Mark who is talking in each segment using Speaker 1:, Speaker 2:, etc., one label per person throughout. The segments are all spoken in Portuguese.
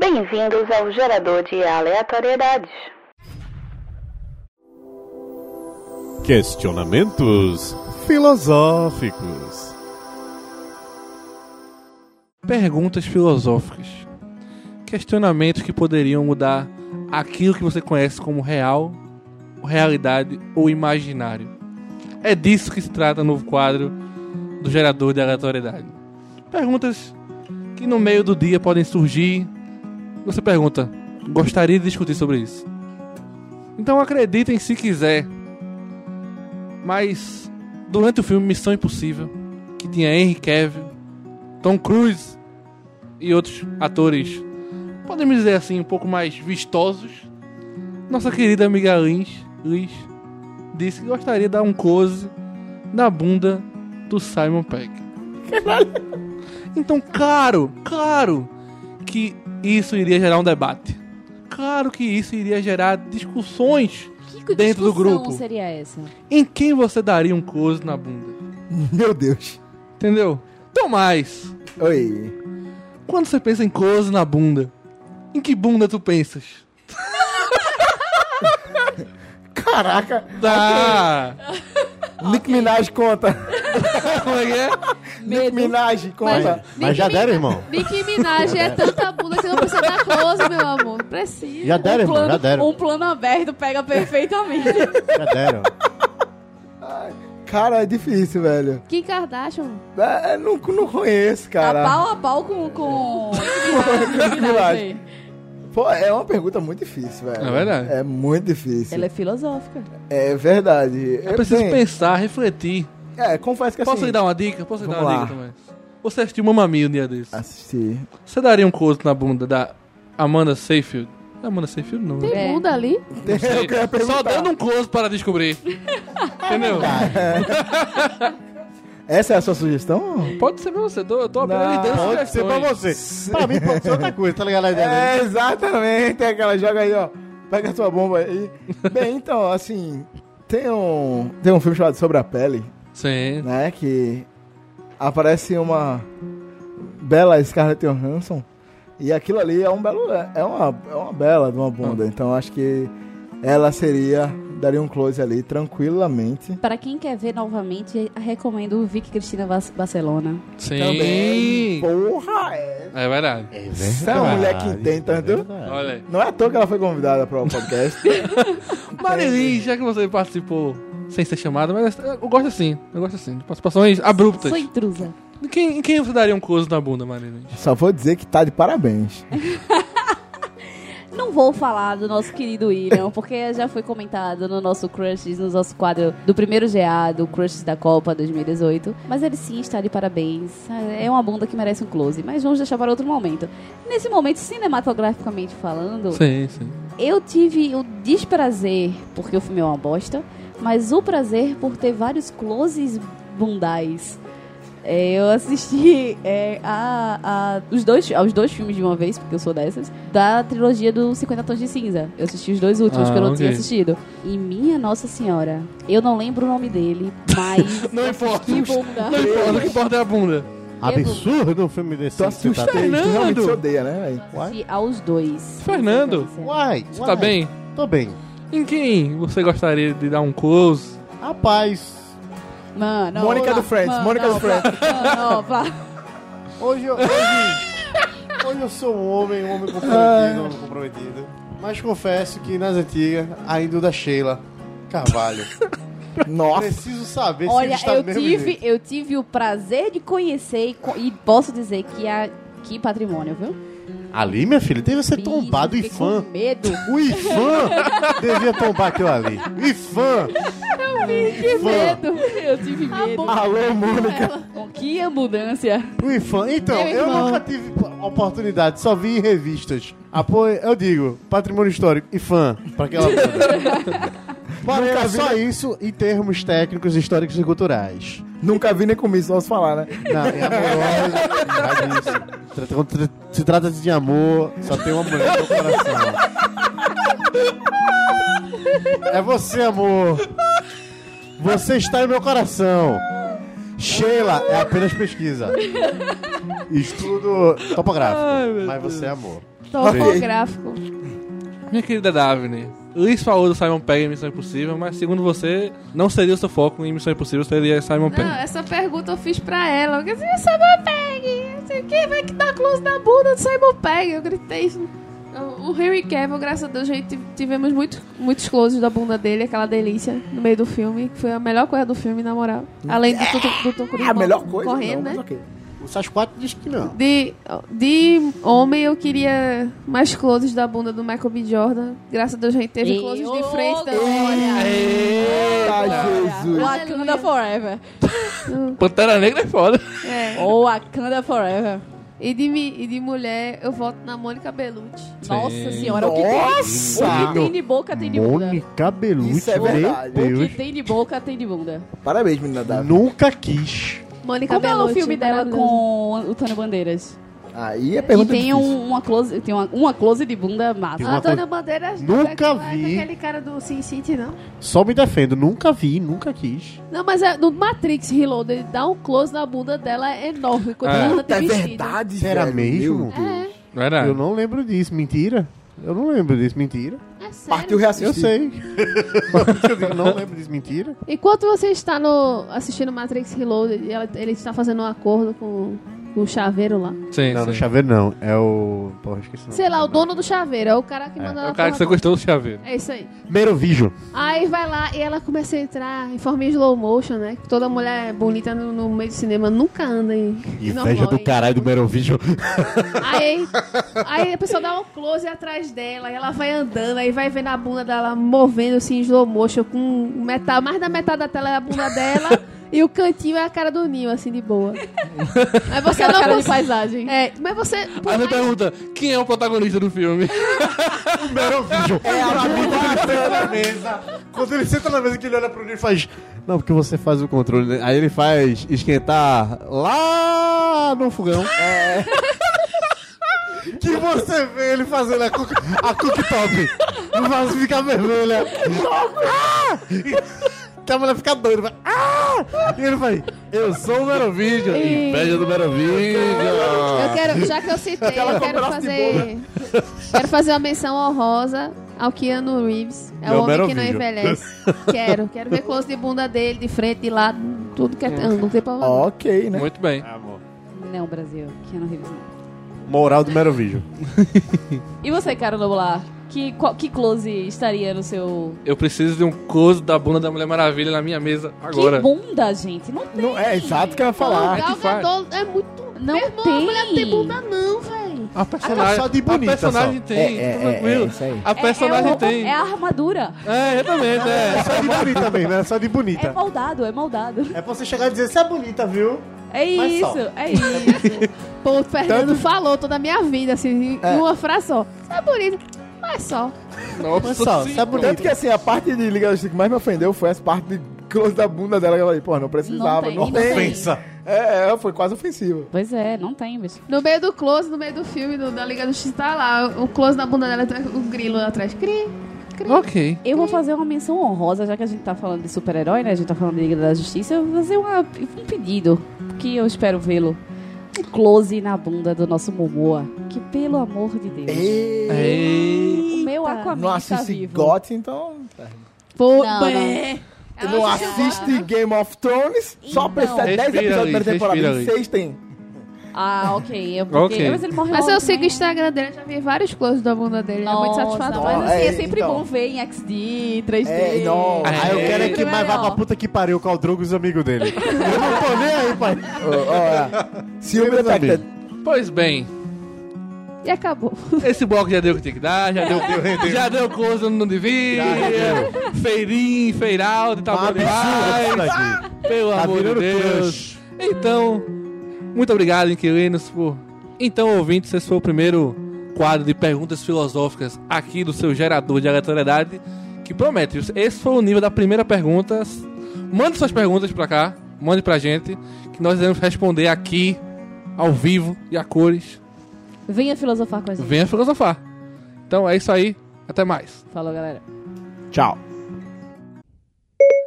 Speaker 1: Bem-vindos ao gerador de aleatoriedades.
Speaker 2: Questionamentos filosóficos.
Speaker 3: Perguntas filosóficas. Questionamentos que poderiam mudar aquilo que você conhece como real, realidade ou imaginário. É disso que se trata o novo quadro do gerador de aleatoriedade. Perguntas que no meio do dia podem surgir. Você pergunta, gostaria de discutir sobre isso. Então acreditem se quiser. Mas durante o filme Missão Impossível, que tinha Henry Cavill, Tom Cruise e outros atores, podemos dizer assim, um pouco mais vistosos, nossa querida amiga Lins, Liz disse que gostaria de dar um close na bunda do Simon Pegg. Então, claro, claro que isso iria gerar um debate. Claro que isso iria gerar discussões
Speaker 4: Que
Speaker 3: Dentro do
Speaker 4: discussão
Speaker 3: grupo.
Speaker 4: seria essa?
Speaker 3: em quem você daria um close na bunda.
Speaker 5: Meu Deus.
Speaker 3: Entendeu? Então, mais,
Speaker 5: Oi.
Speaker 3: quando você pensa em close na bunda, em que bunda tu pensas?
Speaker 5: Caraca,
Speaker 3: Tá!
Speaker 5: Nick Minaj conta.
Speaker 3: Como é que é?
Speaker 5: Nick Minaj conta.
Speaker 6: Mas já deram, irmão.
Speaker 4: Nicki Minaj é tanta bunda que não precisa dar close, meu amor. Não precisa.
Speaker 6: Já deram,
Speaker 7: um
Speaker 6: irmão,
Speaker 7: plano,
Speaker 6: já deram.
Speaker 7: Um plano aberto pega perfeitamente.
Speaker 6: Já deram.
Speaker 5: Cara, é difícil, velho.
Speaker 4: Kim Kardashian.
Speaker 5: É, não, não conheço,
Speaker 7: Tá
Speaker 5: cara.
Speaker 7: pau a pau com... com... Nicki Minaj aí.
Speaker 5: Pô, é uma pergunta muito difícil, velho.
Speaker 3: É verdade.
Speaker 5: É muito difícil.
Speaker 7: Ela é filosófica.
Speaker 5: É verdade.
Speaker 3: Eu preciso
Speaker 5: bem,
Speaker 3: pensar, refletir.
Speaker 5: É, confesso que assim...
Speaker 3: Posso lhe dar uma dica? Posso lhe dar
Speaker 5: vamos Ah.
Speaker 3: uma dica também? Você assistiu Mamamia um dia desse.
Speaker 5: Assistir.
Speaker 3: Você daria um coto na bunda da Amanda Seyfield? Amanda Seyfield não. né?
Speaker 4: Tem
Speaker 7: É.
Speaker 4: bunda ali?
Speaker 5: Eu queria
Speaker 3: Só
Speaker 5: perguntar.
Speaker 3: dando um close para descobrir. Entendeu?
Speaker 5: Essa é a sua sugestão?
Speaker 3: Pode ser pra você, tô- eu tô apenas
Speaker 5: Não,
Speaker 3: lhe dando
Speaker 6: Pode ser pra
Speaker 3: sugestões.
Speaker 6: você. Pra mim pode ser outra coisa, tá ligado? A ideia dele?
Speaker 5: É, exatamente. É Aquela joga aí, ó. Pega a tua bomba aí. Bem, então, assim... Tem um, tem um filme chamado Sobre a Pele,
Speaker 3: Sim.
Speaker 5: né? Que aparece uma bela Scarlett Johansson. E aquilo ali é um belo. É uma, é uma bela de uma bunda. Então acho que ela seria. Daria um close ali tranquilamente.
Speaker 4: Pra quem quer ver novamente, recomendo o Vic Cristina Vas- Barcelona.
Speaker 3: Sim.
Speaker 5: Também. Porra! É,
Speaker 3: É verdade.
Speaker 6: É
Speaker 5: Você é um moleque que
Speaker 6: tá
Speaker 5: tem, entendeu?
Speaker 3: Olha aí.
Speaker 5: Não é à toa que ela foi convidada para o podcast.
Speaker 3: Marilyn, já que você participou sem ser chamada, mas eu gosto assim, eu gosto assim. de Participações abruptas.
Speaker 4: Sou intrusa.
Speaker 3: Em Quem, em quem você daria um close na bunda, Marilyn?
Speaker 5: Só vou dizer que tá de parabéns.
Speaker 4: Não vou falar do nosso querido William, porque já foi comentado no nosso Crushes, no nosso quadro do primeiro GA, do Crushes da Copa 2018. Mas ele sim está de parabéns. É uma bunda que merece um close, mas vamos deixar para outro momento. Nesse momento, cinematograficamente falando,
Speaker 3: Sim, sim.
Speaker 4: eu tive o desprazer, porque o filme é uma bosta, mas o prazer por ter vários closes bundais. É, eu assisti é, a, a- os dois, aos dois filmes de uma vez, porque eu sou dessas, da trilogia do 50 Tons de Cinza. Eu assisti os dois últimos,
Speaker 3: Ah,
Speaker 4: que eu não
Speaker 3: ok.
Speaker 4: tinha assistido. E minha Nossa Senhora, eu não lembro o nome dele, mas.
Speaker 3: Não importa.
Speaker 4: Que bunda.
Speaker 3: Não importa, o que importa é a bunda.
Speaker 6: Absurdo um filme desse.
Speaker 5: Tu assistiu os
Speaker 6: tá
Speaker 5: três, tu realmente
Speaker 3: Fernando!
Speaker 5: se odeia, né? velho?
Speaker 4: Assisti aos dois.
Speaker 3: Fernando.
Speaker 6: Uai,
Speaker 3: Você tá bem?
Speaker 6: Tô bem.
Speaker 3: Em quem você gostaria de dar um close?
Speaker 6: Rapaz,
Speaker 4: Mano,
Speaker 5: Mônica do Friends, Mônica do Friends.
Speaker 4: Não, vá.
Speaker 6: hoje eu. Hoje, hoje eu sou um homem, um homem comprometido, um homem comprometido. Mas confesso que nas antigas, ainda o da Sheila Carvalho.
Speaker 5: Nossa,
Speaker 6: Preciso saber se ele
Speaker 4: Olha,
Speaker 6: está
Speaker 4: eu
Speaker 6: do mesmo
Speaker 4: tive,
Speaker 6: jeito.
Speaker 4: eu tive o prazer de conhecer e, co- e posso dizer que a que patrimônio, viu?
Speaker 6: Ali, minha filha, teve ser
Speaker 4: Bicho,
Speaker 6: É tombado e
Speaker 4: fiquei
Speaker 6: fã.
Speaker 4: Com medo. né?
Speaker 6: O Ifan devia tombar aquilo ali. O Ifan!
Speaker 4: Que
Speaker 6: Fã.
Speaker 4: medo. Eu tive medo.
Speaker 5: alô, Mônica.
Speaker 4: Com que abundância.
Speaker 6: O Ifan. Então,
Speaker 4: Meu
Speaker 6: eu
Speaker 4: irmão.
Speaker 6: nunca tive oportunidade, só vi em revistas. Apoio, eu digo, patrimônio histórico, Ifan, pra aquela banda. Mas
Speaker 5: Nunca
Speaker 6: é
Speaker 5: vi,
Speaker 6: só
Speaker 5: né?
Speaker 6: isso em termos técnicos, históricos e culturais.
Speaker 5: Nunca vi nem comi, só ouço falar, né?
Speaker 6: Não, é amorosa. é isso. Trata- Quando tra- se trata de amor, só tem uma mulher no coração. É você, amor. Você está no meu coração. Sheila é apenas pesquisa. Estudo topográfico.
Speaker 3: Ai, meu
Speaker 6: mas você é amor.
Speaker 4: Topográfico.
Speaker 3: Minha querida Daphne, Luiz falou do Simon Pegg em Missão Impossível, mas segundo você, não seria o seu foco em Missão Impossível, seria Simon
Speaker 8: Não,
Speaker 3: Pegg.
Speaker 8: essa pergunta eu fiz pra ela. Porque assim, Simon Pegg, não sei o que, vai que dá close na bunda do Simon Pegg. Eu gritei isso. O o Henry Cavill, graças a Deus, gente, tivemos muito, muitos closes da bunda dele, aquela delícia, no meio do filme. que Foi a melhor coisa do filme, na moral. Além do, do, do Tom Cruise
Speaker 5: É a melhor coisa.
Speaker 8: correndo,
Speaker 5: não,
Speaker 8: né?
Speaker 5: mas ok.
Speaker 6: O Sasquatch diz que não.
Speaker 8: De, de homem, eu queria mais closes da bunda do Michael B. Jordan. Graças a Deus, a gente teve
Speaker 4: E-
Speaker 8: closes
Speaker 4: Ô,
Speaker 8: de frente também.
Speaker 4: glória.
Speaker 5: Ai, Jesus.
Speaker 4: Wakanda Forever.
Speaker 3: Pantera Negra é foda.
Speaker 8: É.
Speaker 4: Ou Wakanda Forever.
Speaker 8: E, de, mi- e de mulher, eu voto na Mônica Bellucci.
Speaker 4: Nossa
Speaker 3: Sim.
Speaker 4: senhora, o que tem? O que tem de boca tem de bunda.
Speaker 6: Mônica Bellucci,
Speaker 5: Isso é verdade.
Speaker 6: meu
Speaker 4: O
Speaker 6: Deus.
Speaker 4: que tem de boca tem de bunda.
Speaker 5: Parabéns, menina Davi.
Speaker 6: Nunca quis.
Speaker 8: Mônica
Speaker 4: Como é o
Speaker 8: Bellucci,
Speaker 4: filme dela
Speaker 8: maravilhosa.
Speaker 4: com o Antônio Bandeiras?
Speaker 5: Aí é
Speaker 4: E
Speaker 5: pergunta
Speaker 4: tem
Speaker 5: difícil.
Speaker 4: um- uma close, tem uma, uma close de bunda massa.
Speaker 6: uma
Speaker 8: Antônio Bandeiras
Speaker 6: Nunca
Speaker 8: não é
Speaker 6: vi.
Speaker 8: aquele cara do Sin City, não?
Speaker 6: Só me defendo. Nunca vi, nunca quis.
Speaker 8: Não, mas é no Matrix Reloaded, ele dá um close na bunda dela é enorme quando
Speaker 3: Ah.
Speaker 8: ela anda de
Speaker 5: Puta, é
Speaker 8: vestido.
Speaker 5: verdade,
Speaker 6: Será
Speaker 5: velho.
Speaker 6: mesmo?
Speaker 5: Meu Deus.
Speaker 3: Verdade.
Speaker 6: Eu não lembro disso. Mentira. Eu não lembro disso. Mentira.
Speaker 8: É sério.
Speaker 5: Partiu
Speaker 6: Eu
Speaker 5: reassistir.
Speaker 6: sei. eu digo, não lembro disso. Mentira.
Speaker 8: Enquanto você está no, assistindo Matrix Reloaded, e ela- ele está fazendo um acordo com, com o chaveiro lá.
Speaker 3: Sim,
Speaker 6: Não,
Speaker 3: sim.
Speaker 6: no chaveiro não. É o... Porra, esqueci.
Speaker 8: Sei lá, o dono do chaveiro, é o cara que manda
Speaker 3: É
Speaker 8: ela
Speaker 3: o cara que você
Speaker 8: porra
Speaker 3: gostou do chaveiro.
Speaker 8: toda. É isso aí.
Speaker 6: Merovijo.
Speaker 8: Aí vai lá e ela começa a entrar em forma em slow motion, né? Que Toda mulher bonita no, no meio do cinema nunca anda em. em normal, em-
Speaker 6: Merovijo.
Speaker 8: Aí, aí a pessoa dá um close atrás dela, e ela vai andando, aí vai vendo a bunda dela movendo-se em slow motion, com metade, mais da metade da tela é a bunda dela, e o cantinho é a cara do Ninho, assim, de boa. Mas você não
Speaker 4: Cara de
Speaker 8: consegue...
Speaker 4: paisagem.
Speaker 8: É, mas você... por
Speaker 3: Aí me
Speaker 8: mais-
Speaker 3: pergunta, quem é o protagonista do filme?
Speaker 6: Merovijo. É a quando ele senta na mesa. Quando ele senta na mesa, que ele olha pro Nil e faz... Não, porque você faz o controle. né? Aí ele faz esquentar lá no fogão. É. Que você vê ele fazendo a cook, a cooktop. O vaso fica vermelha. Ah! Que a mulher fica doida. vai, Ah! E ele vai, eu sou o Merovijo. Inveja do Merovijo.
Speaker 8: Eu quero,
Speaker 3: "Ah,
Speaker 8: já que eu citei, eu quero fazer... Quero fazer uma menção honrosa ao Keanu Reeves. É
Speaker 6: Meu
Speaker 8: o homem que não
Speaker 6: maravilha.
Speaker 8: envelhece. Quero, quero ver close de bunda dele, de frente, de lado, tudo que é... Não tem problema.
Speaker 5: Ok, né?
Speaker 3: Muito bem.
Speaker 4: Não, Brasil. Keanu Reeves não.
Speaker 6: Moral do Merovijo.
Speaker 4: E você, Caro Lobular? Que, qual- que close estaria no seu...
Speaker 3: Eu preciso de um close da bunda da Mulher Maravilha na minha mesa agora.
Speaker 4: Que bunda, gente. Não tem.
Speaker 5: Não, é exato o que eu ia
Speaker 8: O
Speaker 5: falar.
Speaker 8: Gal
Speaker 3: que faz.
Speaker 8: Gadot é muito...
Speaker 4: Não
Speaker 8: Meu irmão,
Speaker 4: tem.
Speaker 8: a mulher não tem bunda não, velho.
Speaker 3: A personagem,
Speaker 6: Ela é só de bonita,
Speaker 3: a personagem
Speaker 6: só.
Speaker 3: tem,
Speaker 5: É,
Speaker 3: tá
Speaker 5: é,
Speaker 3: tranquilo.
Speaker 5: é, é isso aí.
Speaker 3: a
Speaker 4: É-
Speaker 3: personagem
Speaker 4: é, o-
Speaker 3: tem.
Speaker 4: É a armadura.
Speaker 3: É, exatamente, é.
Speaker 6: Só de bonita mesmo, né? Só de
Speaker 4: É
Speaker 6: bonita.
Speaker 4: moldado, é moldado.
Speaker 6: É pra você chegar e dizer, você é bonita, viu?
Speaker 4: É
Speaker 6: Mas
Speaker 4: isso,
Speaker 6: só.
Speaker 4: é isso.
Speaker 8: Pô, o Fernando falou toda a minha vida, assim, em
Speaker 5: É.
Speaker 8: uma frase só. Você é bonito, mas só.
Speaker 3: Nossa,
Speaker 6: Mas só,
Speaker 3: senhora.
Speaker 6: tá bonito.
Speaker 5: Tanto que assim, a parte de Liga da Justiça que mais me ofendeu foi essa parte de close da bunda dela. que Eu falei, pô, não precisava.
Speaker 4: tem,
Speaker 5: Não
Speaker 4: não
Speaker 5: tem.
Speaker 4: tem.
Speaker 5: É, é, foi quase ofensivo.
Speaker 4: pois é, não tem, bicho.
Speaker 8: No meio do close, no meio do filme do- da Liga do X, tá lá o close na bunda dela, tá o grilo lá atrás. Cri, cri.
Speaker 3: Ok.
Speaker 4: Eu vou fazer uma menção honrosa, já que a gente tá falando de super-herói, né? A gente tá falando de Liga da Justiça. Eu vou fazer uma- um pedido, que eu espero vê-lo. Um close na bunda do nosso Momoa. Que, pelo amor de Deus,
Speaker 3: Ei.
Speaker 4: o meu Aquaman
Speaker 5: Não
Speaker 4: tá
Speaker 5: assiste
Speaker 4: vivo.
Speaker 5: GOT, então.
Speaker 8: Pô,
Speaker 4: Não,
Speaker 8: bem.
Speaker 5: Ela não assiste Game of Thrones. Só precisa de 10
Speaker 3: Respira,
Speaker 5: episódios da primeira
Speaker 3: Luiz, respira,
Speaker 5: temporada.
Speaker 3: Luiz.
Speaker 5: 6 tem.
Speaker 4: Ah, ok. É porque...
Speaker 3: Ok.
Speaker 4: Mas ele morre
Speaker 8: Mas
Speaker 4: logo,
Speaker 8: eu sigo o
Speaker 4: né?
Speaker 8: Instagram dele, já vi vários close da bunda dele. é muito
Speaker 4: Nossa,
Speaker 8: satisfatório.
Speaker 4: Mas assim, é,
Speaker 5: É,
Speaker 4: sempre
Speaker 5: então.
Speaker 4: bom ver em XD, 3D.
Speaker 5: É, não.
Speaker 6: Aí eu quero é que
Speaker 4: Primeiro,
Speaker 6: mais vá
Speaker 4: ó.
Speaker 6: pra puta que pariu com o Drogo e os amigos dele. eu não tô nem aí, pai.
Speaker 5: Ó, ó, é. Silvia Detected.
Speaker 3: Pois bem,
Speaker 8: E acabou.
Speaker 3: esse bloco já deu o que tinha que dar, já deu, já deu close onde não devia, feirinho, feiraldo e tal, bom demais. Pelo
Speaker 6: Tá
Speaker 3: amor de
Speaker 6: virando
Speaker 3: Deus.
Speaker 6: crush.
Speaker 3: Então, muito obrigado, inquilinos, por. Então, ouvintes, esse foi o primeiro quadro de perguntas filosóficas aqui do seu gerador de aleatoriedade. Que promete, esse foi o nível da primeira pergunta. Mande suas perguntas pra cá, mande pra gente, que nós iremos responder aqui, ao vivo e a cores.
Speaker 4: Venha filosofar com a gente.
Speaker 3: Venha filosofar. Então é isso aí, até mais.
Speaker 4: Falou, galera.
Speaker 5: Tchau.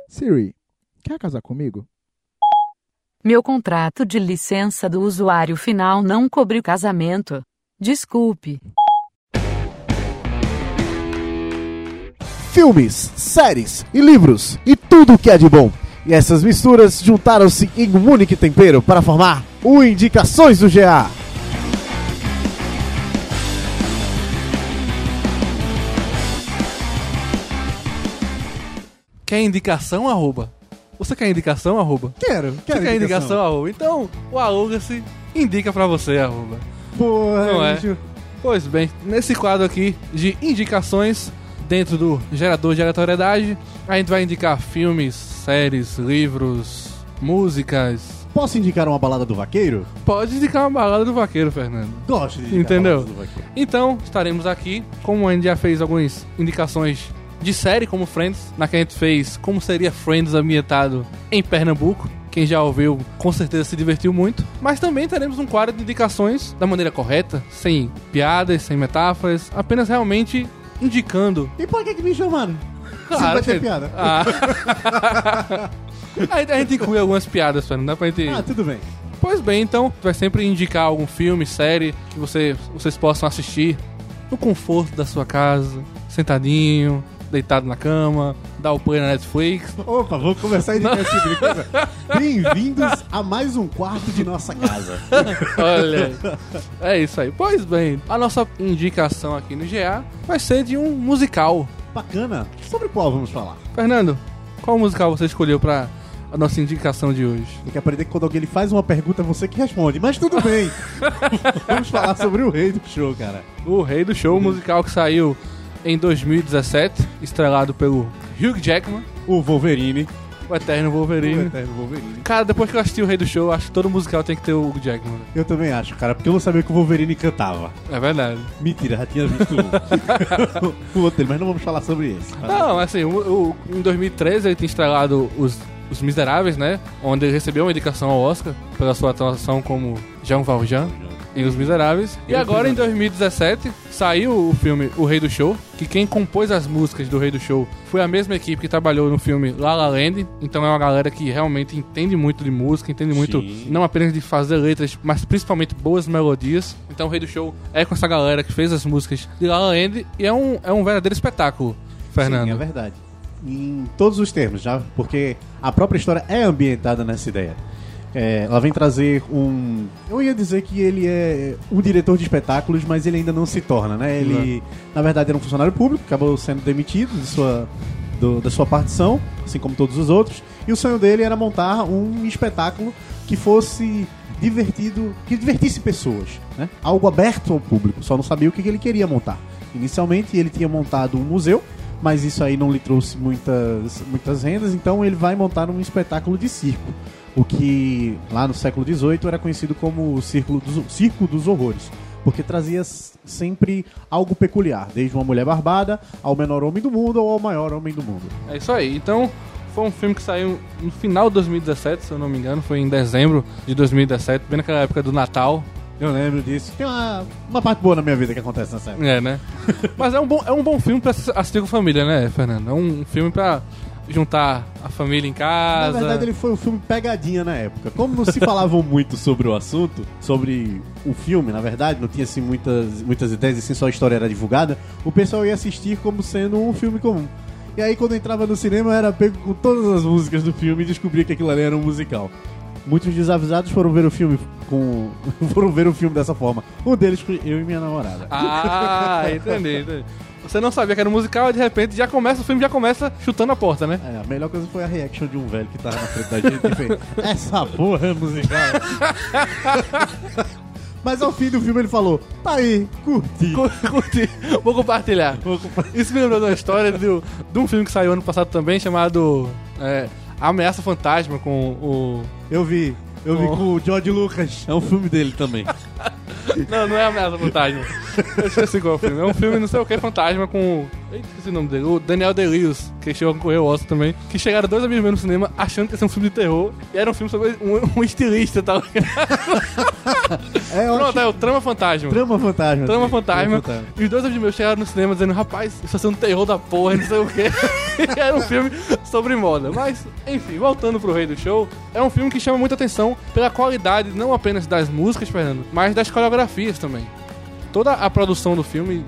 Speaker 5: Siri, quer casar comigo?
Speaker 9: Meu contrato de licença do usuário final não cobre o casamento. Desculpe.
Speaker 10: filmes, séries e livros e tudo o que é de bom. E essas misturas juntaram-se em um único tempero para formar o Indicações do GA.
Speaker 3: Quer indicação? Arroba. Você quer indicação? Arroba.
Speaker 10: Quero,
Speaker 3: você quer indicação? Arroba. Então, o Aluga-se indica pra você, arroba.
Speaker 10: Porra,
Speaker 3: Não é?
Speaker 10: bicho.
Speaker 3: Pois bem, nesse quadro aqui de indicações, dentro do gerador de aleatoriedade, a gente vai indicar filmes, séries, livros, músicas.
Speaker 6: Posso indicar uma balada do vaqueiro?
Speaker 3: Pode indicar uma balada do vaqueiro, Fernando.
Speaker 6: Gosto de indicar
Speaker 3: Entendeu?
Speaker 6: baladas do vaqueiro.
Speaker 3: Então, estaremos aqui, como a gente já fez algumas indicações de série, como Friends, na que a gente fez como seria Friends ambientado em Pernambuco. Quem já ouviu, com certeza se divertiu muito. Mas também teremos um quadro de indicações da maneira correta, sem piadas, sem metáforas, apenas realmente indicando.
Speaker 6: E por que, que me chamaram?
Speaker 3: Claro,
Speaker 6: vai ter
Speaker 3: gente.
Speaker 6: piada.
Speaker 3: Ah. a, gente- a gente inclui algumas piadas, Fernando. Dá pra gente...
Speaker 6: Ah, tudo bem.
Speaker 3: Pois bem, então, tu vai sempre indicar algum filme, série que você, vocês possam assistir no conforto da sua casa, sentadinho, deitado na cama, dar o play na Netflix.
Speaker 6: Opa, vou começar a indicar esse tipo de coisa. Bem-vindos a mais um quarto de nossa casa.
Speaker 3: Olha, aí. é isso aí. Pois bem, a nossa indicação aqui no GA vai ser de um musical.
Speaker 6: Bacana. Sobre qual vamos falar?
Speaker 3: Fernando, qual musical você escolheu pra a nossa indicação de hoje?
Speaker 6: Tem que aprender que quando alguém lhe faz uma pergunta, é você que responde. Mas tudo bem. vamos falar sobre o rei do show, cara.
Speaker 3: O Rei do Show, um musical que saiu em 2017, estrelado pelo Hugh Jackman,
Speaker 6: O Wolverine.
Speaker 3: o eterno
Speaker 6: O
Speaker 3: Wolverine.
Speaker 6: eterno Wolverine.
Speaker 3: Cara, depois que eu assisti o Rei do Show, eu acho que todo musical tem que ter o Hugh Jackman. né?
Speaker 6: Eu também acho, cara, porque eu não sabia que o Wolverine cantava.
Speaker 3: É verdade.
Speaker 6: Mentira, já tinha visto um. o outro, mas não vamos falar sobre esse.
Speaker 3: Não, assim, o, o- em 2013 ele tinha estrelado os, os Miseráveis, né? Onde ele recebeu uma indicação ao Oscar pela sua atuação como Jean Valjean em Os Miseráveis. E agora, em 2017, saiu o filme O Rei do Show, que quem compôs as músicas do Rei do Show foi a mesma equipe que trabalhou no filme La La Land. Então é uma galera que realmente entende muito de música, entende muito não apenas de fazer letras, mas principalmente boas melodias. Então o Rei do Show é com essa galera que fez as músicas de La La Land e é um, é um verdadeiro espetáculo. Fernando.
Speaker 6: Sim, é verdade. Em todos os termos, já, porque a própria história é ambientada nessa ideia. É, ela vem trazer um. Eu ia dizer que ele é um diretor de espetáculos, mas ele ainda não se torna, né? Ele, na verdade, era um funcionário público, acabou sendo demitido de sua, do- da sua partição, assim como todos os outros. E o sonho dele era montar um espetáculo que fosse divertido, que divertisse pessoas, né? Algo aberto ao público. Só não sabia o que que ele queria montar. Inicialmente, ele tinha montado um museu, mas isso aí não lhe trouxe muitas, muitas rendas, então ele vai montar um espetáculo de circo, o que lá no século XVIII era conhecido como o Círculo dos, Circo dos Horrores, porque trazia s- sempre algo peculiar, desde uma mulher barbada ao menor homem do mundo ou ao maior homem do mundo.
Speaker 3: É isso aí. Então, foi um filme que saiu no final de 2017, se eu não me engano, foi em dezembro de 2017, bem naquela época do Natal.
Speaker 6: Eu lembro disso. Tem uma, uma parte boa na minha vida que acontece nessa época.
Speaker 3: É, né? Mas é um bom, é um bom filme pra assi- assistir com família, né, Fernando? É um filme pra juntar a família em
Speaker 6: Na
Speaker 3: casa.
Speaker 6: verdade, ele foi um filme pegadinha na época. Como não se falavam muito sobre o assunto, sobre o filme, na verdade, não tinha assim muitas, muitas ideias, assim, só a história era divulgada, o pessoal ia assistir como sendo um filme comum. E aí, quando entrava no cinema, era pego com todas as músicas do filme e descobria que aquilo ali era um musical. Muitos desavisados foram ver o filme com. foram ver o filme dessa forma. Um deles foi eu e minha namorada.
Speaker 3: Ah, entendi, entendi. Você não sabia que era um musical e de repente já começa, o filme já começa chutando a porta, né?
Speaker 6: É, a melhor coisa foi a reaction de um velho que tava na frente da gente e fez: Essa porra é musical. Mas ao fim do filme ele falou: Tá aí, curti.
Speaker 3: Cu- Curti, vou compartilhar. Isso me lembrou de uma história do- de um filme que saiu ano passado também, chamado é, Ameaça Fantasma, com o
Speaker 6: Eu vi, eu vi com o George Lucas. Oh. É um filme dele também.
Speaker 3: Não, não é Ameaça Fantasma. Eu esqueci qual é o filme. É um filme, não sei o que, Fantasma, com... Eita, esqueci o nome dele. O Daniel Day-Lewis, que chegou a concorrer ao Oscar também. Que chegaram dois amigos meus no cinema achando que ia ser um filme de terror. E era um filme sobre um, um estilista, tá ligado?
Speaker 6: É uma
Speaker 3: Pronto, é o Trama Fantasma.
Speaker 6: trama fantasma.
Speaker 3: Trama
Speaker 6: assim, trama
Speaker 3: Fantasma.
Speaker 6: fantasma.
Speaker 3: E os dois amigos meus chegaram no cinema dizendo, rapaz, isso vai ser um terror da porra, não sei o quê. E era um filme sobre moda. Mas, enfim, voltando pro Rei do Show, é um filme que chama muita atenção pela qualidade não apenas das músicas, Fernando, mas das coreografias também. Toda a produção do filme,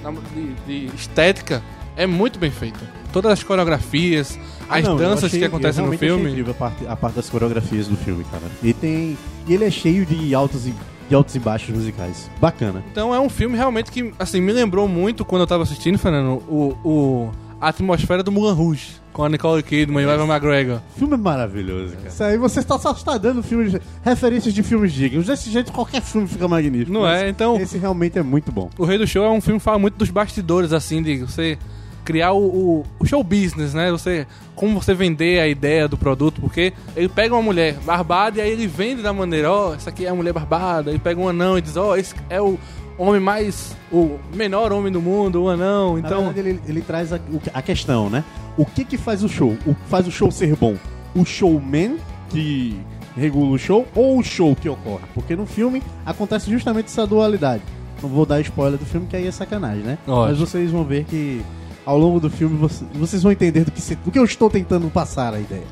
Speaker 3: na- de, de estética, É muito bem feita. Todas as coreografias, as
Speaker 6: Ah, Não, eu
Speaker 3: danças
Speaker 6: achei-
Speaker 3: que
Speaker 6: eu
Speaker 3: acontecem no
Speaker 6: realmente achei
Speaker 3: filme.
Speaker 6: incrível a parte, a parte das coreografias do filme, cara. E tem. E ele é cheio de altos e, de altos e baixos musicais. Bacana.
Speaker 3: Então é um filme realmente que, assim, me lembrou muito quando eu tava assistindo, Fernando, o, o- a atmosfera do Mulan Rouge, com a Nicole Kidman e o Evan McGregor.
Speaker 6: O filme é maravilhoso, cara. Isso aí você tá, só está dando filmes, referências de filmes dignos. Desse jeito, qualquer filme fica magnífico.
Speaker 3: Não é?
Speaker 6: Esse-
Speaker 3: Então-
Speaker 6: Esse realmente é muito bom.
Speaker 3: O Rei do Show é um filme que fala muito dos bastidores, assim, de você criar o, o- o show business, né? Você, como você vender a ideia do produto, porque ele pega uma mulher barbada e aí ele vende da maneira, ó, essa aqui é a mulher barbada, ele pega um anão e diz, ó, esse é o homem mais, o menor homem do mundo, o anão,
Speaker 6: Na
Speaker 3: então...
Speaker 6: verdade, ele, ele traz a, o que- a questão, né? O que que faz o show? O que faz o show ser bom? O showman que regula o show ou o show que ocorre? Porque no filme acontece justamente essa dualidade. Não vou dar spoiler do filme, que aí é sacanagem, né?
Speaker 3: Lógico.
Speaker 6: Mas vocês vão ver que ao longo do filme você- vocês vão entender do que, se- do que eu estou tentando passar a ideia.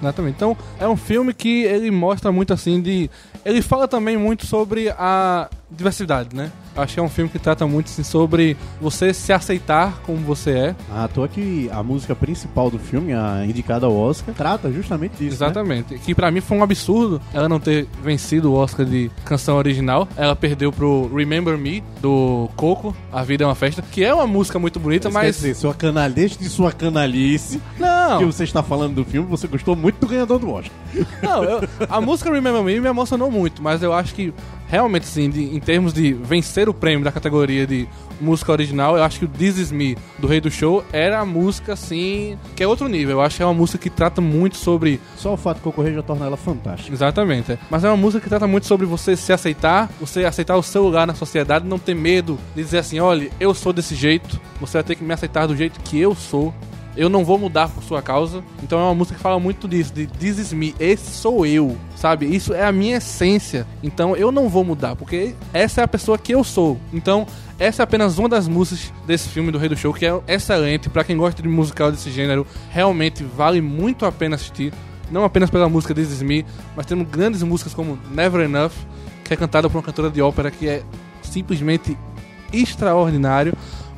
Speaker 3: Exatamente. Então, é um filme que ele mostra muito assim de. Ele fala também muito sobre a diversidade, né? Acho que é um filme que trata muito assim, sobre você se aceitar como você é.
Speaker 6: Ah, à toa que a música principal do filme, a indicada ao Oscar, trata justamente disso. né?
Speaker 3: Exatamente. Que pra mim foi um absurdo ela não ter vencido o Oscar de canção original. Ela perdeu pro Remember Me, do Coco, A Vida é uma Festa, que é uma música muito bonita,
Speaker 6: Isso Quer
Speaker 3: mas.
Speaker 6: dizer, sua canal... desde sua canalice que
Speaker 3: Não,
Speaker 6: você está falando do filme, você gostou muito do ganhador do Oscar.
Speaker 3: não eu- a música Remember Me me emocionou muito, mas eu acho que realmente, sim, de- em termos de vencer o prêmio da categoria de música original, eu acho que o This Is Me do Rei do Show era a música, assim, que é outro nível. Eu acho que é uma música que trata muito sobre
Speaker 6: Só o fato de concorrer já torna ela fantástica.
Speaker 3: Exatamente. é. Mas é uma música que trata muito sobre você se aceitar, você aceitar o seu lugar na sociedade, não ter medo de dizer assim, olha, eu sou desse jeito, você vai ter que me aceitar do jeito que eu sou. Eu não vou mudar por sua causa. Então é uma música que fala muito disso, de this is me, esse sou eu, sabe? Isso é a minha essência. Então eu não vou mudar, porque essa é a pessoa que eu sou. Então essa é apenas uma das músicas desse filme do Rei do Show, que é excelente. Pra quem gosta de musical desse gênero, realmente vale muito a pena assistir não apenas pela música This Is Me, mas temos grandes músicas como Never Enough, que é cantada por uma cantora de ópera que é simplesmente extraordinário.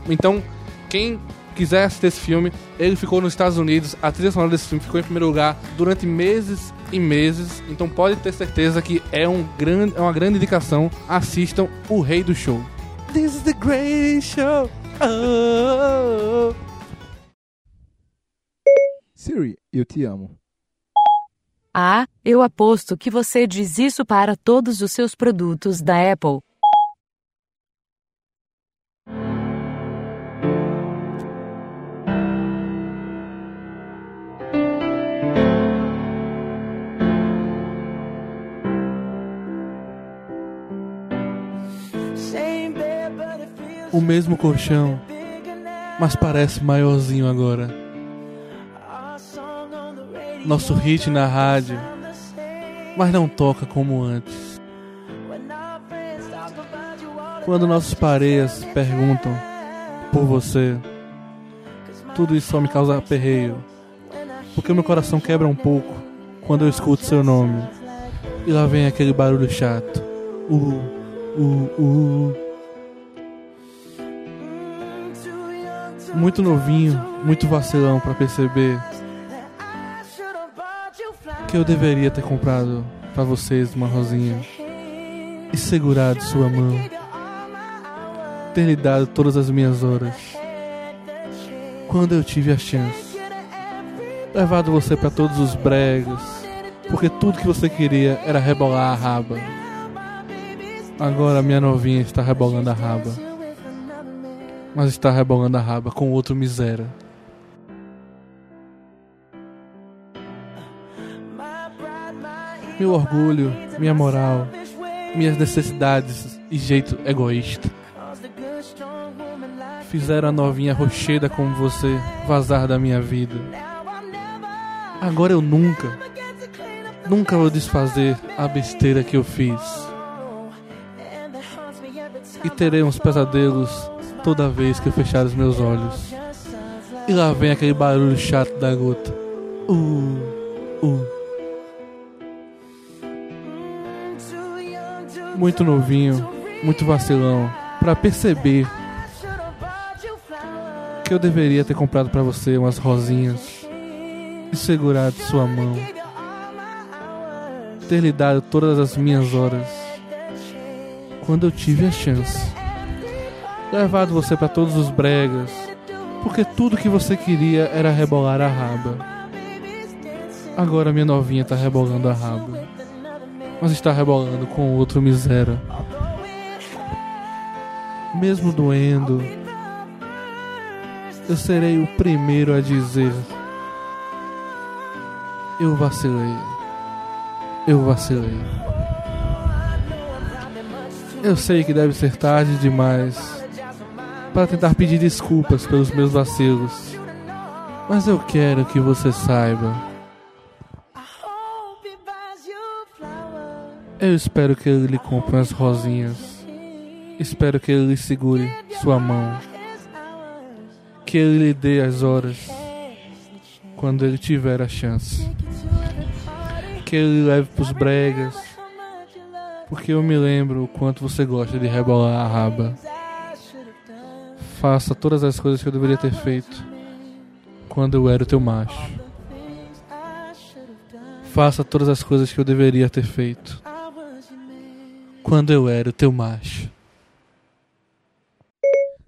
Speaker 3: Então, quem quiser assistir esse filme, ele ficou nos Estados Unidos, a trilha sonora desse filme ficou em primeiro lugar durante meses e meses, então pode ter certeza que é, um grande, é uma grande indicação. Assistam O Rei do Show. This is the great show. Oh.
Speaker 5: Siri, eu te amo.
Speaker 9: Ah, eu aposto que você diz isso para todos os seus produtos da Apple.
Speaker 3: O mesmo colchão, mas parece maiorzinho agora. Nosso hit na rádio, mas não toca como antes. Quando nossos pareias perguntam por você, tudo isso só me causa aperreio, porque meu coração quebra um pouco quando eu escuto seu nome. E lá vem aquele barulho chato. Uh, uh, uh. muito novinho, muito vacilão pra perceber que eu deveria ter comprado pra vocês uma rosinha e segurado sua mão, ter lhe dado todas as minhas horas quando eu tive a chance, levado você pra todos os bregos, porque tudo que você queria era rebolar a raba. Agora minha novinha está rebolando a raba mas está rebolando a raba com outro miséria. Meu orgulho, minha moral, minhas necessidades e jeito egoísta fizeram a novinha rocheda como você vazar da minha vida. Agora eu nunca, nunca vou desfazer a besteira que eu fiz e terei uns pesadelos toda vez que eu fechar os meus olhos. E lá vem aquele barulho chato da gota. Uh, uh. Muito novinho, muito vacilão, pra perceber que eu deveria ter comprado pra você umas rosinhas e segurado sua mão. Ter lhe dado todas as minhas horas quando eu tive a chance. Levado você pra todos os bregas, porque tudo que você queria era rebolar a raba. Agora minha novinha tá rebolando a raba, mas está rebolando com outro miséria. Mesmo doendo, eu serei o primeiro a dizer: Eu vacilei. Eu vacilei. Eu sei que deve ser tarde demais para tentar pedir desculpas pelos meus vacilos, mas eu quero que você saiba. Eu espero que ele lhe compre umas rosinhas. Espero que ele lhe segure sua mão que ele lhe dê as horas quando ele tiver a chance. Que ele leve pros bregas, porque eu me lembro o quanto você gosta de rebolar a raba. Faça todas as coisas que eu deveria ter feito quando eu era o teu macho. Faça todas as coisas que eu deveria ter feito quando eu era o teu macho.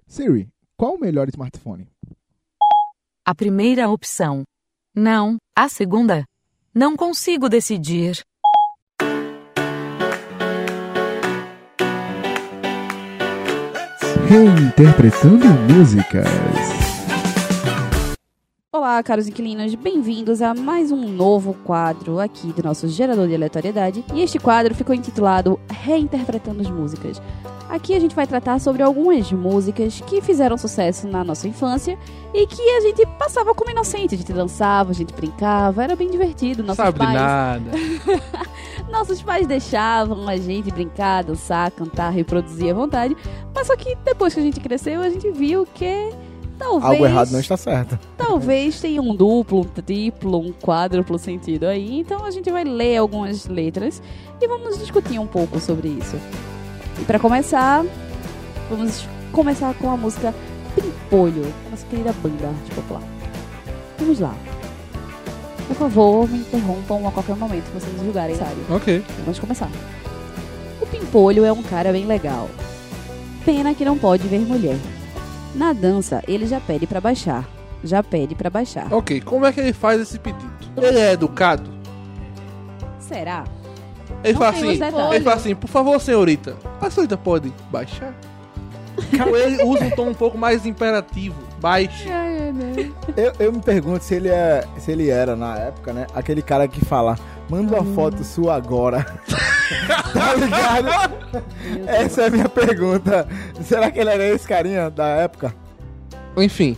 Speaker 11: Siri, qual o melhor smartphone?
Speaker 9: A primeira opção. Não, a segunda. Não consigo decidir.
Speaker 11: Reinterpretando músicas.
Speaker 4: Olá, caros inquilinos, bem-vindos a mais um novo quadro aqui do nosso gerador de aleatoriedade. E este quadro ficou intitulado Reinterpretando as Músicas. Aqui a gente vai tratar sobre algumas músicas que fizeram sucesso na nossa infância e que a gente passava como inocente. A gente dançava, a gente brincava, era bem divertido. Nossos
Speaker 3: Sabe
Speaker 4: pais,
Speaker 3: nada.
Speaker 4: Nossos pais deixavam a gente brincar, dançar, cantar, reproduzir à vontade. Mas só que depois que a gente cresceu, a gente viu que talvez.
Speaker 5: Algo errado não está certo.
Speaker 4: Talvez tenha um duplo, um triplo, um quádruplo sentido aí. Então a gente vai ler algumas letras e vamos discutir um pouco sobre isso. E pra começar, vamos começar com a música Pimpolho, nossa querida banda de popular. Vamos lá. Por favor, me interrompam a qualquer momento que vocês julgarem, sabe?
Speaker 3: Ok.
Speaker 4: Vamos começar. O Pimpolho é um cara bem legal. Pena que não pode ver mulher. Na dança, ele já pede pra baixar. Já pede pra baixar.
Speaker 3: Ok, como é que ele faz esse pedido? Ele é educado?
Speaker 4: Será?
Speaker 3: Ele
Speaker 4: Não
Speaker 3: fala
Speaker 4: tem
Speaker 3: assim,
Speaker 4: os detalhes.
Speaker 3: ele fala assim, por favor, senhorita, a senhorita pode baixar? Ou ele usa um tom um pouco mais imperativo, baixe.
Speaker 8: Ai, ai, ai.
Speaker 5: Eu, eu me pergunto se ele, é, se ele era, na época, né? Aquele cara que fala, manda uma foto sua agora. tá ligado? Essa é a minha pergunta. Será que ele era esse carinha da época?
Speaker 3: Enfim,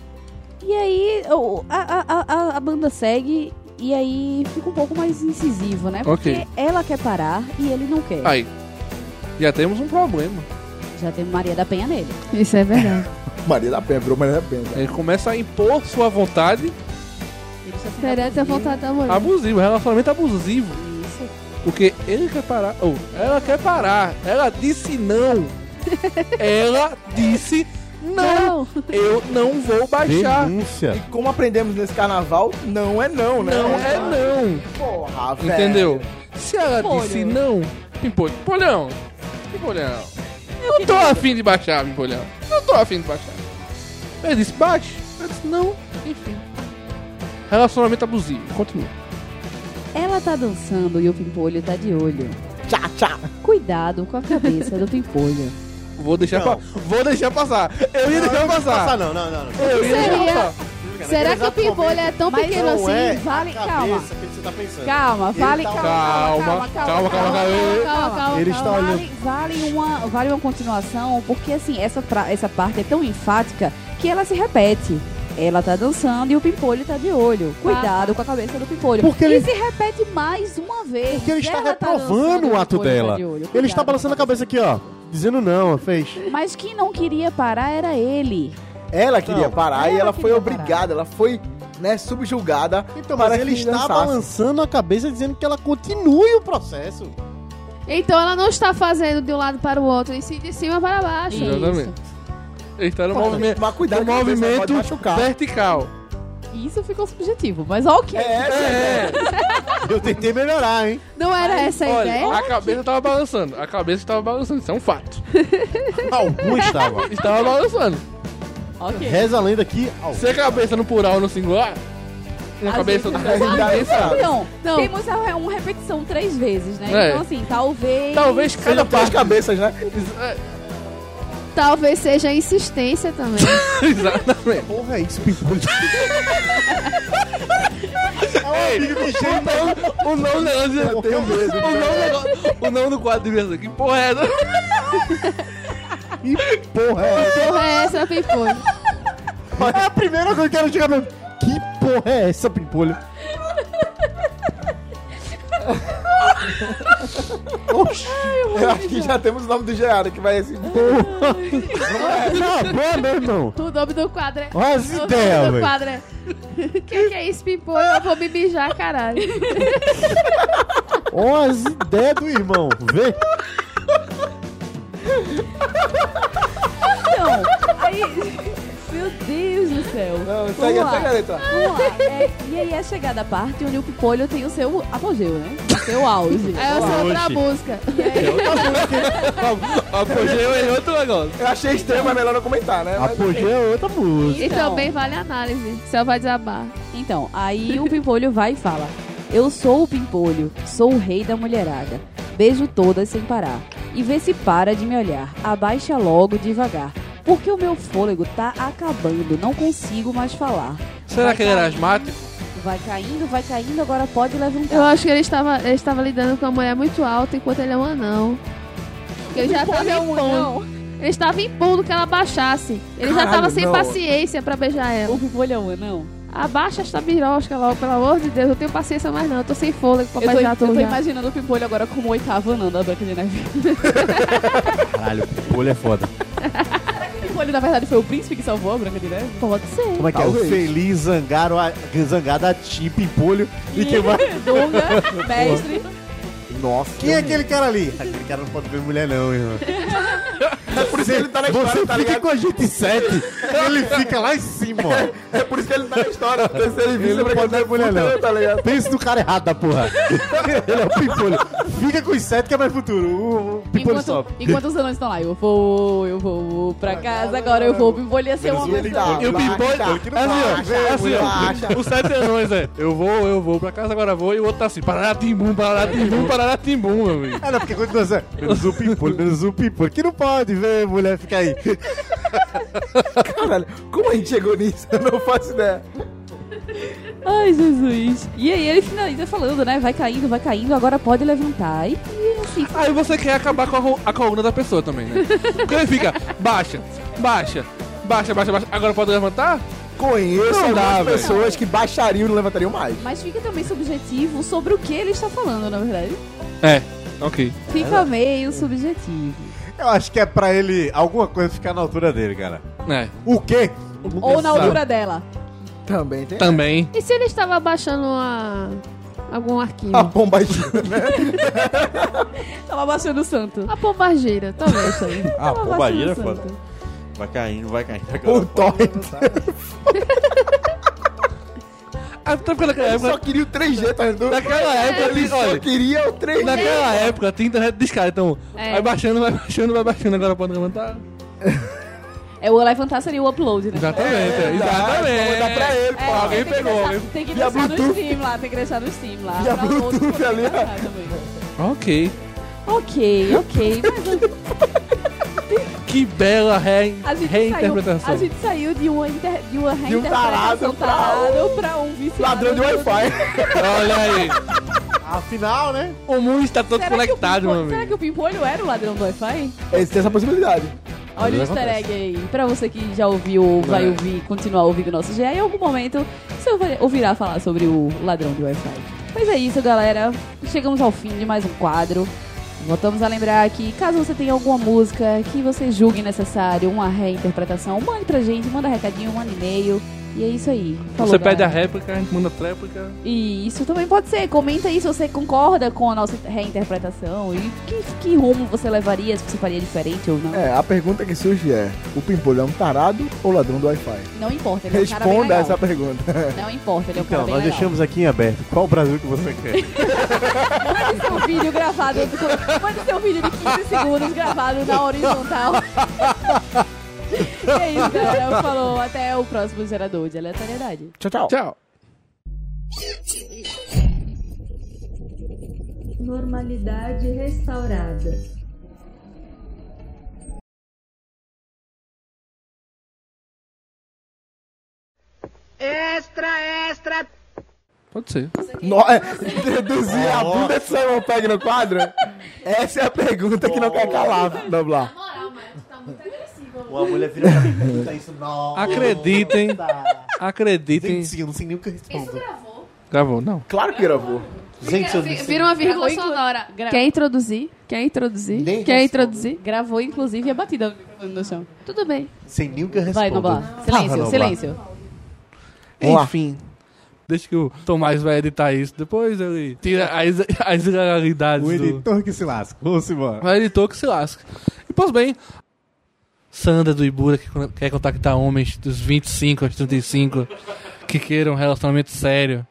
Speaker 4: E aí, o- a, a- a- a banda segue e aí fica um pouco mais incisivo, né? Porque
Speaker 3: Ok.
Speaker 4: ela quer parar e ele não quer.
Speaker 3: aí, já temos um problema.
Speaker 4: Já tem Maria da Penha nele.
Speaker 8: Isso é verdade.
Speaker 5: Maria da Penha, virou Maria da Penha. né?
Speaker 3: Ele começa a impor sua vontade
Speaker 4: Ele já se
Speaker 8: Seria ter
Speaker 4: relacionou.
Speaker 8: vontade da mulher.
Speaker 3: abusiva, relacionamento abusivo.
Speaker 4: Isso.
Speaker 3: Porque ele quer parar, ou ela quer parar, ela disse não. Ela disse não,
Speaker 8: Não!
Speaker 3: eu não vou baixar.
Speaker 6: Denúncia.
Speaker 5: E como aprendemos nesse carnaval, não é não, né?
Speaker 3: Não é não.
Speaker 5: Porra, velho.
Speaker 3: Entendeu? Se ela
Speaker 4: Pimpolho.
Speaker 3: disse não, pimpolho. Pimpolhão. Pimpolhão. Eu não tô afim de baixar, pimpolhão. Não tô afim de baixar. Ele disse, baixe. Ela disse, não. Enfim. Relacionamento abusivo. Continua.
Speaker 4: Ela tá dançando e o Pimpolho tá de olho.
Speaker 5: Tchá, tchá.
Speaker 4: Cuidado com a cabeça do Pimpolho.
Speaker 3: Vou deixar, pa- vou deixar passar. Eu ia deixar passar.
Speaker 10: não, não, não. não.
Speaker 3: Eu ia
Speaker 8: Seria-
Speaker 3: deixar passar.
Speaker 8: Será que o pimpolho é tão
Speaker 4: Mas
Speaker 8: pequeno
Speaker 4: não
Speaker 8: assim?
Speaker 6: é
Speaker 8: vale, calma.
Speaker 6: Cabeça, o que você tá pensando?
Speaker 4: Calma, vale, calma,
Speaker 3: tá Calma, calma, calma, calma.
Speaker 8: Calma, calma,
Speaker 6: Ele
Speaker 8: calma.
Speaker 6: está
Speaker 4: Vale, vale uma, vale uma continuação, porque assim, essa, fra- essa parte é tão enfática que ela se repete. Ela tá dançando e o pimpolho tá de olho. Cuidado com a cabeça do pimpolho.
Speaker 6: Porque
Speaker 4: e
Speaker 6: ele-
Speaker 4: se repete mais uma vez.
Speaker 6: Porque ele está
Speaker 4: Ela tá
Speaker 6: reprovando
Speaker 4: dançando,
Speaker 6: o ato
Speaker 4: pimpolho tá
Speaker 6: dela.
Speaker 4: de olho.
Speaker 6: Ele está
Speaker 4: Cuidado.
Speaker 6: balançando a cabeça aqui, ó. Dizendo não, fez.
Speaker 4: Mas quem não queria parar era ele.
Speaker 5: Ela queria
Speaker 6: Não,
Speaker 5: parar e
Speaker 4: ela
Speaker 5: ela foi
Speaker 4: queria
Speaker 5: obrigada, ela foi, né, subjugada.
Speaker 6: Então, mas
Speaker 5: para
Speaker 6: ele
Speaker 5: que
Speaker 6: está
Speaker 5: dançasse.
Speaker 6: balançando a cabeça dizendo que ela continue o processo.
Speaker 8: Então ela não está fazendo de um lado para o outro, e sim de cima para baixo.
Speaker 3: Exatamente. Ele está no movimento,
Speaker 5: Mas cuidado
Speaker 3: no
Speaker 5: que você
Speaker 3: movimento
Speaker 5: pode machucar.
Speaker 3: vertical.
Speaker 4: Isso ficou subjetivo, mas ok.
Speaker 3: É,
Speaker 6: Eu tentei melhorar, hein?
Speaker 8: Não era essa a ideia?
Speaker 3: olha, a cabeça estava balançando. A cabeça estava balançando, isso é um fato.
Speaker 6: Algum estava.
Speaker 3: Estava balançando.
Speaker 4: Ok.
Speaker 6: Reza a lenda aqui.
Speaker 3: Se a cabeça no plural no singular, uma
Speaker 4: A
Speaker 3: cabeça
Speaker 4: gente
Speaker 3: outra
Speaker 6: É,
Speaker 4: não
Speaker 3: cabeça, ninguém
Speaker 5: sabe.
Speaker 3: sabe.
Speaker 4: Não,
Speaker 8: Não.
Speaker 4: então, temos a- é uma repetição três vezes, né?
Speaker 3: É.
Speaker 4: Então, assim, talvez.
Speaker 3: Talvez cada
Speaker 5: Sejam três
Speaker 3: parte. É,
Speaker 5: cabeças, né?
Speaker 8: Talvez seja a insistência também.
Speaker 3: Exatamente.
Speaker 6: Porra, é isso, Pimpolho.
Speaker 3: O não negócio.
Speaker 5: é assim, Eu tenho medo.
Speaker 3: O não negócio. O não do quadro devia ser. Que porra é essa?
Speaker 6: Porra, é.
Speaker 8: Porra, é essa pimpolho.
Speaker 6: É a primeira coisa que eu quero chegar mesmo. Que porra é essa, Pimpolho?
Speaker 5: Eu acho que já temos o nome do Gerardo, que vai assim.
Speaker 6: Não, boa mesmo, irmão.
Speaker 8: O nome do quadro é.
Speaker 6: Olha as
Speaker 8: o nome
Speaker 6: ideias,
Speaker 8: do
Speaker 6: velho.
Speaker 8: quadro é. Que que é isso, pimpolho? Eu vou me mijar, caralho.
Speaker 6: Olha as ideias do irmão. Vê.
Speaker 4: Então, aí. Meu Deus do céu.
Speaker 5: Não,
Speaker 4: Vamos
Speaker 5: segue
Speaker 4: lá.
Speaker 5: essa garota.
Speaker 4: Vamos lá. É, e aí é chegada a parte onde o Pipolho tem o seu apogeu, né? O seu auge.
Speaker 8: Aí eu sou outra
Speaker 6: Oxi.
Speaker 8: música.
Speaker 3: Apogeu é outro negócio.
Speaker 5: Eu achei estranho, mas melhor não comentar, né? Mas-
Speaker 6: Apogeu é outra música.
Speaker 8: E também vale a análise. Céu vai desabar.
Speaker 4: Então, aí o Pimpolho vai e fala: Eu sou o Pimpolho, sou o rei da mulherada. Beijo todas sem parar. E vê se para de me olhar. Abaixa logo devagar. Porque o meu fôlego tá acabando, não consigo mais falar.
Speaker 3: Será que ele era asmático?
Speaker 4: Vai caindo, vai caindo, agora pode levantar.
Speaker 8: Eu acho que ele estava, ele estava lidando com uma mulher muito alta enquanto ele é um anão. Ele já estava
Speaker 4: é um
Speaker 8: impondo. Ele estava impondo que ela baixasse. Ele já
Speaker 5: Caralho,
Speaker 8: estava sem
Speaker 5: não.
Speaker 8: paciência pra beijar ela.
Speaker 4: O Pimpolho é um anão.
Speaker 8: Abaixa esta birosca logo, pelo amor de Deus. Eu tenho paciência mais não. Eu tô sem fôlego pra
Speaker 4: Eu tô,
Speaker 8: beijar
Speaker 4: eu tô
Speaker 8: tudo. já.
Speaker 4: imaginando o Pimpolho agora como o oitavo anão da Branca de Neve.
Speaker 6: Caralho, Pimpolho é foda.
Speaker 4: O Pimpolho, Tipo, na verdade, foi o príncipe que salvou a Branca de Neve?
Speaker 8: Pode ser.
Speaker 6: Como é que é?
Speaker 5: Talvez.
Speaker 6: O Feliz zangaro, a, zangado a Tim Pimpolho. E quem vai...
Speaker 4: Dunga, mestre.
Speaker 5: Nossa.
Speaker 6: Quem é aquele cara ali? Aquele cara não pode ver mulher, não, irmão.
Speaker 5: É por isso que ele tá na
Speaker 6: Você
Speaker 5: história, tá
Speaker 6: fica
Speaker 5: ligado?
Speaker 6: com a gente sete, ele fica lá em cima, ó.
Speaker 5: É por isso que ele tá na história. Porque se ele visse,
Speaker 6: Ele não
Speaker 5: ele
Speaker 6: pode ver mulher, não.
Speaker 5: tá ligado?
Speaker 6: Pensa no cara errado da porra. Ele é o pimpolho. Fica com os sete que é mais futuro. O, o pimpolho
Speaker 4: Enquanto,
Speaker 6: sobe.
Speaker 4: enquanto os anões estão lá, eu vou, eu vou pra casa, né? agora eu vou me envolver ser
Speaker 5: tá,
Speaker 4: uma pessoa.
Speaker 3: E o Pimpolho. É assim, ó.
Speaker 5: Relaxa.
Speaker 3: Os sete anões, é. Eu vou, eu vou pra casa, agora vou. E o outro tá assim. Pararatimbum, pararatimbum, pararatimbum, meu amigo.
Speaker 6: Ah, não, porque continua assim. Menos o pimpolho, menos o pimpolho. Que não pode ver mulher fica aí.
Speaker 5: Caralho, como a gente chegou nisso? Eu não faço ideia.
Speaker 4: Ai, Jesus. E aí ele finaliza falando, né? Vai caindo, vai caindo, agora pode levantar. E, e assim,
Speaker 3: Aí você quer acabar com a, ro- a coluna da pessoa também, né? Porque ele fica baixa, baixa, baixa, baixa, baixa. Agora pode levantar?
Speaker 5: Conheço
Speaker 3: Não dá,
Speaker 5: algumas
Speaker 3: velho.
Speaker 5: pessoas que baixariam e não levantariam mais.
Speaker 4: mas fica também subjetivo sobre o que ele está falando, na verdade.
Speaker 3: É, ok.
Speaker 4: Fica meio subjetivo.
Speaker 6: Eu acho que é pra ele alguma coisa ficar na altura dele, cara.
Speaker 3: É,
Speaker 6: O quê?
Speaker 4: Ou na altura dela.
Speaker 5: Também tem.
Speaker 3: também.
Speaker 8: E se ele estava baixando uma... algum arquivo?
Speaker 5: A bomba gira, né?
Speaker 4: Tava baixando o santo.
Speaker 8: Uma pombageira, talvez.
Speaker 4: Ah, Tava
Speaker 6: pomba
Speaker 4: baixando
Speaker 6: gira
Speaker 4: o
Speaker 6: é foda.
Speaker 4: santo.
Speaker 6: Vai caindo, vai caindo.
Speaker 4: Tá
Speaker 5: O torre.
Speaker 3: Até porque naquela
Speaker 5: Eu
Speaker 3: época.
Speaker 5: só queria o 3G, tá vendo?
Speaker 3: É Naquela época,
Speaker 5: Ele
Speaker 3: tinha-
Speaker 5: só
Speaker 3: olha,
Speaker 5: queria o 3G.
Speaker 3: naquela época tinha internet discada, então
Speaker 8: É.
Speaker 3: vai baixando, vai baixando, vai baixando, agora tá- pode levantar.
Speaker 4: É, o levantar seria o upload, né?
Speaker 3: Exatamente, é,
Speaker 5: Vou
Speaker 3: exatamente.
Speaker 5: mandar pra ele,
Speaker 4: É,
Speaker 5: pô.
Speaker 4: tem
Speaker 3: alguém
Speaker 4: que
Speaker 3: pegou,
Speaker 4: deixar-
Speaker 3: alguém-
Speaker 4: Tem que
Speaker 5: Via
Speaker 4: deixar no
Speaker 5: Bluetooth.
Speaker 4: Steam lá, tem que deixar no Steam lá.
Speaker 5: Via
Speaker 4: pra outros
Speaker 5: Bluetooth
Speaker 4: poderem
Speaker 5: ali, ó.
Speaker 4: baixar também.
Speaker 3: Ok.
Speaker 4: Ok, ok, mas
Speaker 3: Que bela re-
Speaker 4: A gente,
Speaker 3: reinterpretação.
Speaker 4: Saiu, a gente saiu de uma, inter, de uma
Speaker 5: um tarado
Speaker 4: reinterpretação
Speaker 5: pra
Speaker 4: tarado pra um viciado.
Speaker 5: Ladrão de
Speaker 4: no-
Speaker 5: Wi-Fi.
Speaker 3: Olha aí.
Speaker 6: Afinal, né?
Speaker 3: O mundo está todo
Speaker 4: Será que o
Speaker 3: conectado,
Speaker 4: Pimpolho-
Speaker 3: meu
Speaker 4: Será
Speaker 3: amigo.
Speaker 4: que o Pimpolho era o ladrão do Wi-Fi?
Speaker 5: Esse tem essa possibilidade.
Speaker 4: Olha o
Speaker 6: Mas
Speaker 4: easter egg aí. Pra você que já ouviu ou vai
Speaker 3: É.
Speaker 4: ouvir, continuar ouvindo o nosso GE, em algum momento você vai- ouvirá falar sobre o ladrão de Wi-Fi. Pois é isso, galera. Chegamos ao fim de mais um quadro. Voltamos a lembrar que caso você tenha alguma música que você julgue necessário, uma reinterpretação, mande pra gente, manda recadinho, manda e-mail. E é isso aí. Falou,
Speaker 3: Você pede a
Speaker 4: galera.
Speaker 3: réplica, a gente manda a tréplica.
Speaker 4: E isso também pode ser. Comenta aí se você concorda com a nossa reinterpretação e que, que rumo você levaria, se você faria diferente ou não.
Speaker 5: É, a pergunta que surge é: o Pimpolho é um tarado ou ladrão do Wi-Fi?
Speaker 4: Não importa, ele é um cara bem
Speaker 5: Responda
Speaker 4: legal.
Speaker 5: essa pergunta.
Speaker 4: Não importa, ele é um cara
Speaker 6: Então,
Speaker 4: bem
Speaker 6: nós
Speaker 4: legal.
Speaker 6: deixamos aqui em aberto. Qual o Brasil que você quer?
Speaker 4: Mande seu é um vídeo gravado, mande seu um vídeo de 15 segundos gravado na horizontal. e é isso, galera. Falou, até o próximo gerador de aleatoriedade.
Speaker 5: Tchau, tchau.
Speaker 3: Tchau.
Speaker 12: Normalidade restaurada.
Speaker 3: Pode ser.
Speaker 5: No- é, Deduzir a bunda de Simon Pegg no quadro? Essa é a pergunta que não quer calar, Noblar.
Speaker 8: moral, mas tá muito agressivo.
Speaker 10: Uma mulher vira pra mim e pergunta isso. Nossa.
Speaker 3: Acreditem. Acreditem.
Speaker 10: Gente, eu não sei nem o que eu respondo.
Speaker 8: Gravou.
Speaker 3: Gravou, não.
Speaker 5: Claro que gravou.
Speaker 10: Gente, eu não sei.
Speaker 8: Vira uma vírgula
Speaker 4: Gravou,
Speaker 8: sonora.
Speaker 4: inclu- gra-
Speaker 8: Quer introduzir? Quer introduzir?
Speaker 10: Nem
Speaker 8: Quer
Speaker 10: respondo.
Speaker 8: introduzir?
Speaker 4: Gravou, inclusive, a batida no microfone no chão.
Speaker 8: Tudo bem.
Speaker 10: Sem nem o que eu respondo.
Speaker 4: Vai, Noblar.
Speaker 6: Ah,
Speaker 4: Silêncio,
Speaker 10: Noblar.
Speaker 4: silêncio.
Speaker 5: Vamos lá.
Speaker 3: Enfim. Deixa que o Tomás vai editar isso. Depois ele tira as, as irregularidades
Speaker 6: O
Speaker 3: do...
Speaker 6: editor que se lasca. Vamos embora.
Speaker 3: Vai editor que se lasca. E pois bem, Sandra do Ibura que quer contactar homens dos 25 aos 35 que queiram um relacionamento sério